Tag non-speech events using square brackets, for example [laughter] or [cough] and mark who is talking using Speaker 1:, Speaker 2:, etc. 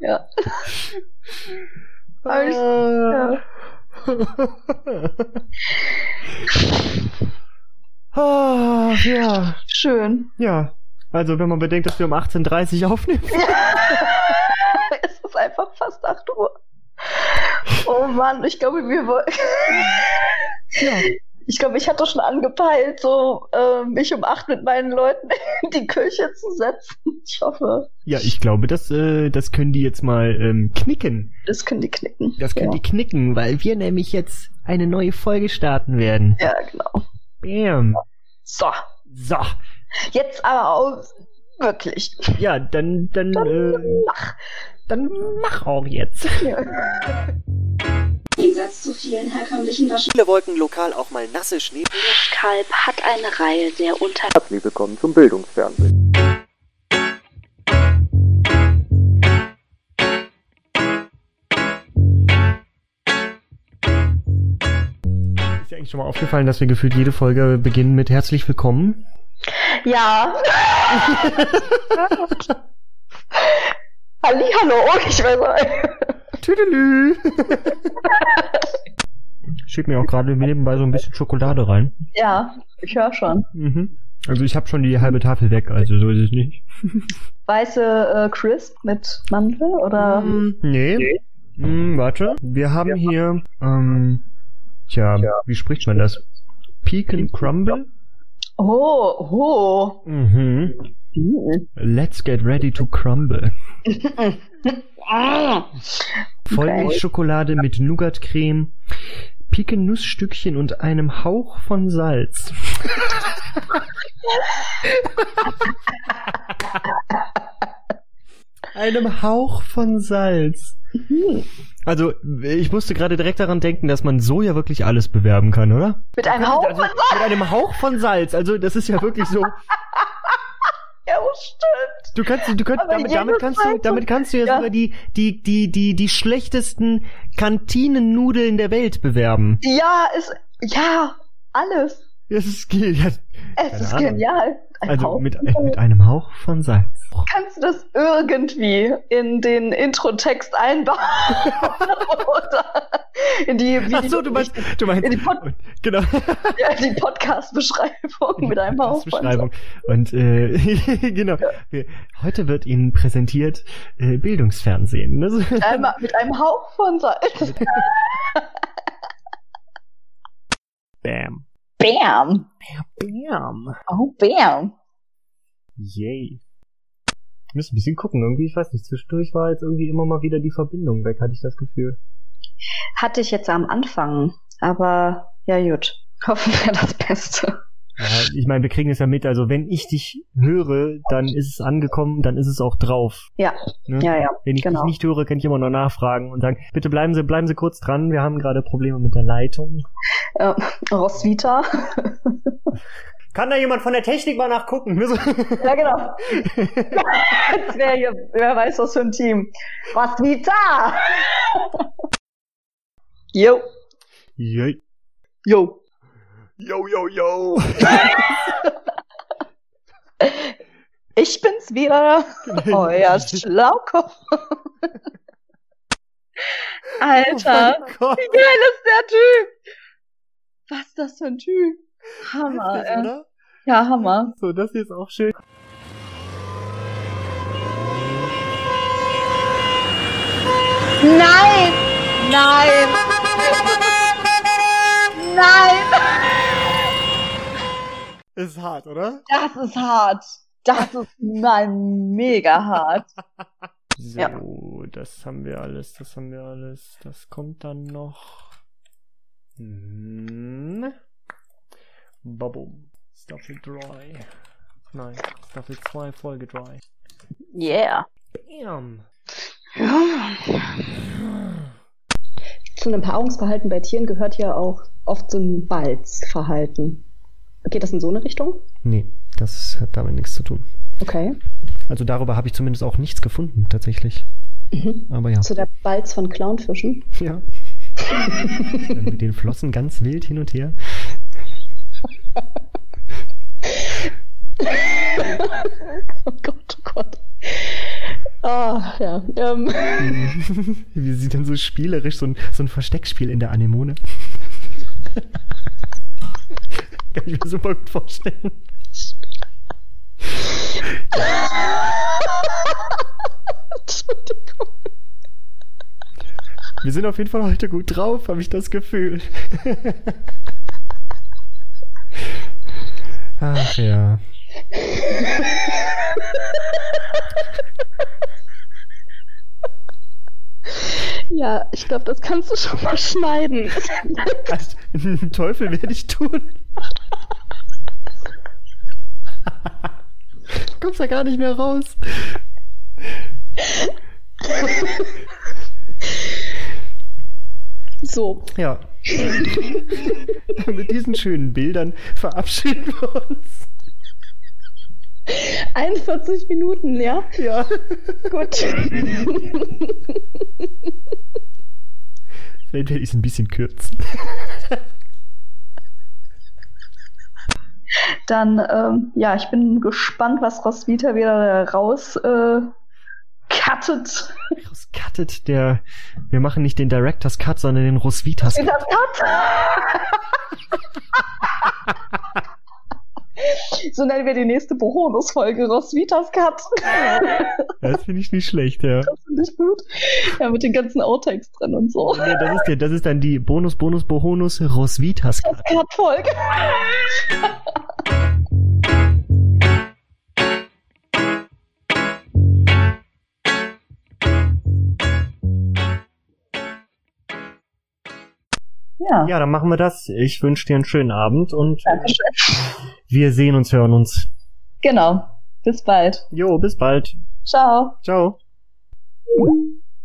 Speaker 1: ja. Aber
Speaker 2: Äh,
Speaker 1: ich, ja.
Speaker 2: Ah, ja,
Speaker 1: Schön. [laughs]
Speaker 2: ja. Also, wenn man bedenkt, dass wir um 18.30 Uhr aufnehmen.
Speaker 1: es ist einfach fast 8 Uhr. Oh Mann, ich glaube, wir woll-
Speaker 2: Ja.
Speaker 1: [laughs] Ich glaube, ich hatte schon angepeilt, so äh, mich um 8 mit meinen Leuten [laughs] in die Kirche zu setzen. Ich hoffe,
Speaker 2: Ja, ich glaube, das, äh, das können die jetzt mal ähm, knicken.
Speaker 1: das können die knicken.
Speaker 2: Das können die knicken, weil wir nämlich jetzt eine neue Folge starten werden.
Speaker 1: ja. ja, genau.
Speaker 2: Bam.
Speaker 1: So,
Speaker 2: So.
Speaker 1: jetzt aber auch wirklich.
Speaker 2: Ja, dann, dann,
Speaker 1: Dann
Speaker 2: äh,
Speaker 1: mach.
Speaker 2: dann mach auch jetzt.
Speaker 1: Ja.
Speaker 3: Im Gegensatz zu vielen herkömmlichen Waschen.
Speaker 4: Viele wollten lokal auch mal nasse Schnee.
Speaker 3: Kalb hat eine Reihe sehr unter.
Speaker 5: Herzlich willkommen zum Bildungsfernsehen.
Speaker 2: Ist dir eigentlich schon mal aufgefallen, dass wir gefühlt jede Folge beginnen mit herzlich willkommen?
Speaker 1: [laughs] ja. [laughs] Halli, hallo, Oh, ich weiß auch.
Speaker 2: [laughs] Tüdelü. Schiebt mir auch gerade nebenbei so ein bisschen Schokolade rein.
Speaker 1: Ja, ich höre schon.
Speaker 2: Mhm. Also ich habe schon die halbe Tafel weg, also so ist es nicht.
Speaker 1: Weiße äh, Crisp mit Mandel oder?
Speaker 2: Ähm, nee. Hm, warte. Wir haben hier, ähm, tja, wie spricht man das? Peak and Crumble?
Speaker 1: Oh, oh.
Speaker 2: Mhm.
Speaker 1: Mhm.
Speaker 2: Let's get ready to crumble.
Speaker 1: [laughs] Ah.
Speaker 2: Vollmilchschokolade mit Nougatcreme, pike Nussstückchen und einem Hauch
Speaker 1: [laughs]
Speaker 2: von Salz. einem Hauch von Salz.
Speaker 1: Mhm.
Speaker 2: Also, ich musste gerade direkt daran denken, dass man so ja wirklich alles bewerben kann, oder?
Speaker 1: Mit einem Hauch
Speaker 2: also,
Speaker 1: von
Speaker 2: mit einem Hauch von Salz. Also, das ist ja wirklich so. also-
Speaker 1: Ja, oh, stimmt.
Speaker 2: Du kannst, du könnt,
Speaker 1: Aber
Speaker 2: damit,
Speaker 1: jede
Speaker 2: damit kannst du,
Speaker 1: Zeitung-
Speaker 2: damit kannst du ja,
Speaker 1: Ja.
Speaker 2: sogar die, die, die, die, die schlechtesten Kantinennudeln der Welt bewerben.
Speaker 1: Ja, ist. Ja, alles.
Speaker 2: Das ist, ge- ja,
Speaker 1: Es
Speaker 2: Keine
Speaker 1: ist
Speaker 2: Ahnung.
Speaker 1: genial. Ein
Speaker 2: also
Speaker 1: Hauch
Speaker 2: mit,
Speaker 1: von Salz.
Speaker 2: mit einem Hauch von Salz.
Speaker 1: Kannst du das irgendwie in den Intro-Text einbauen? [laughs] Oder in die, wie
Speaker 2: Ach so, du meinst, du meinst,
Speaker 1: in die Pod-
Speaker 2: genau,
Speaker 1: die, [laughs] ja, die Podcast-Beschreibung [laughs] mit einem Hauch von Salz.
Speaker 2: Beschreibung. Und äh, [laughs] genau, Wir- heute wird Ihnen präsentiert äh, Bildungsfernsehen. Das,
Speaker 1: Einmal, mit einem Hauch von Salz.
Speaker 2: [laughs] bam,
Speaker 1: Bam.
Speaker 2: bam,
Speaker 1: Oh, bam.
Speaker 2: yay. Ich muss ein bisschen gucken, irgendwie, ich weiß nicht, zwischendurch war jetzt irgendwie immer mal wieder die Verbindung weg, hatte ich das Gefühl.
Speaker 1: Hatte ich jetzt am Anfang, aber ja, gut. [laughs] Hoffen wir das Beste.
Speaker 2: Ja, ich meine, wir kriegen es ja mit. Also wenn ich dich höre, dann ist es angekommen, dann ist es auch drauf.
Speaker 1: Ja,
Speaker 2: Ne?
Speaker 1: ja, ja.
Speaker 2: wenn ich
Speaker 1: genau.
Speaker 2: dich nicht höre, kann ich immer noch nachfragen und sagen, bitte bleiben Sie, bleiben Sie kurz dran, wir haben gerade Probleme mit der Leitung.
Speaker 1: Äh, Roswitha.
Speaker 2: Kann da jemand von der Technik mal nachgucken?
Speaker 1: Ja, [laughs] genau. Jetzt wäre hier, wer weiß was für ein Team. Was wie da? Jo,
Speaker 2: Yay.
Speaker 1: jo.
Speaker 2: Yo, yo,
Speaker 1: Oh,
Speaker 2: [laughs] yo.
Speaker 1: Ich bin's wieder,
Speaker 2: [laughs] Oh
Speaker 1: euer Schlaukopf. Alter,
Speaker 2: Oh mein Gott,
Speaker 1: wie geil ist der Typ? Was das für ein Typ? Hammer,
Speaker 2: ist das,
Speaker 1: ey.
Speaker 2: oder?
Speaker 1: Ja, Hammer.
Speaker 2: So, das hier ist auch schön.
Speaker 1: Nein! Nein! Nein!
Speaker 2: Das ist hart, oder?
Speaker 1: Das ist hart. Das ist mal mega hart.
Speaker 2: So,
Speaker 1: Ja.
Speaker 2: das haben wir alles, das haben wir alles. Das kommt dann noch. Hm. Babum. Staffel 3. Nein, Staffel 2, Folge 3.
Speaker 1: Yeah.
Speaker 2: Bam.
Speaker 6: Zu einem Paarungsverhalten bei Tieren gehört ja auch oft so ein Balzverhalten. Geht das in so eine Richtung?
Speaker 2: Nee, das hat damit nichts zu tun.
Speaker 6: Okay.
Speaker 2: Also darüber habe ich zumindest auch nichts gefunden, tatsächlich.
Speaker 6: Mhm.
Speaker 2: Aber ja.
Speaker 6: Zu der Balz von Clownfischen.
Speaker 2: ja. Dann mit den Flossen ganz wild hin und her.
Speaker 6: Oh Gott, oh Gott. Ah, ja. Ähm, [laughs]
Speaker 2: Wie sie dann so spielerisch so ein, so ein Versteckspiel in der Anemone. [laughs] Kann ich mir super gut vorstellen.
Speaker 6: Entschuldigung.
Speaker 2: Wir sind auf jeden Fall heute gut drauf, habe ich das Gefühl. [laughs] Ach ja.
Speaker 6: Ja, ich glaube, das kannst du schon mal schneiden.
Speaker 2: Also, einen Teufel werde ich tun. [laughs] Kommst da gar nicht mehr raus.
Speaker 6: So,
Speaker 2: Ja. Mit diesen schönen Bildern verabschieden wir uns.
Speaker 6: 41 Minuten, ja?
Speaker 2: Ja.
Speaker 6: Gut.
Speaker 2: Vielleicht werde ich es ein bisschen kürzen.
Speaker 1: [laughs] Dann, ähm, ja, ich bin gespannt, was Roswitha wieder raus äh, cuttet.
Speaker 2: Cuttet der. Wir machen nicht den Directors Cut, sondern den Rosvitas.
Speaker 1: Wieder cut! So nennen wir die nächste Bonusfolge Roswitas Cut.
Speaker 2: [laughs] Das finde ich nicht schlecht, ja.
Speaker 1: Das finde ich gut. Ja, mit den ganzen Outtakes drin und so.
Speaker 2: Nee, das, ist, der- das ist dann die Bonus, Bonus, Bonus Rosvitas Cut.
Speaker 1: Cut-Folge. Ja,
Speaker 2: Ja, dann machen wir das. Ich wünsche dir einen schönen Abend und
Speaker 1: Dankeschön.
Speaker 2: wir sehen uns, hören uns.
Speaker 1: Genau. Bis bald.
Speaker 2: Jo, bis bald.
Speaker 1: Ciao.
Speaker 2: Ciao.
Speaker 1: Thank you.